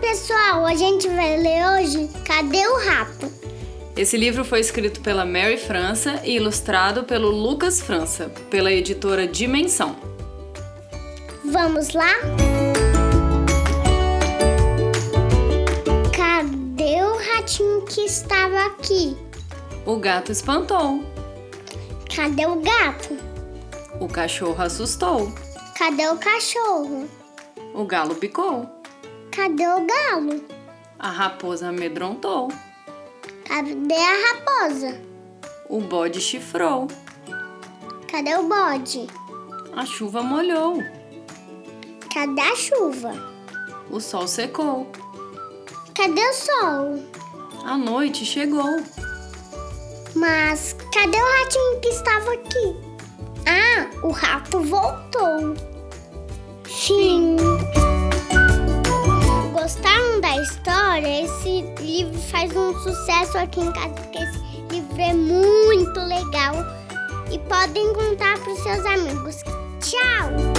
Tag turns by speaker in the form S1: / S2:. S1: pessoal, a gente vai ler hoje Cadê o Rato?
S2: Esse livro foi escrito pela Mary França e ilustrado pelo Lucas França, pela editora Dimensão.
S1: Vamos lá? Cadê o ratinho que estava aqui?
S2: O gato espantou,
S1: Cadê o gato?
S2: o cachorro assustou,
S1: Cadê o cachorro?
S2: o galo bicou,
S1: Cadê o galo?
S2: a raposa amedrontou,
S1: Cadê a raposa?
S2: o bode chifrou,
S1: Cadê o bode?
S2: a chuva molhou,
S1: Cadê a chuva?
S2: o sol secou,
S1: Cadê o sol?
S2: a noite chegou.
S1: Mas cadê o ratinho que estava aqui? Ah, o rato voltou. Fim. Gostaram da história? Esse livro faz um sucesso aqui em casa porque esse livro é muito legal e podem contar para os seus amigos. Tchau!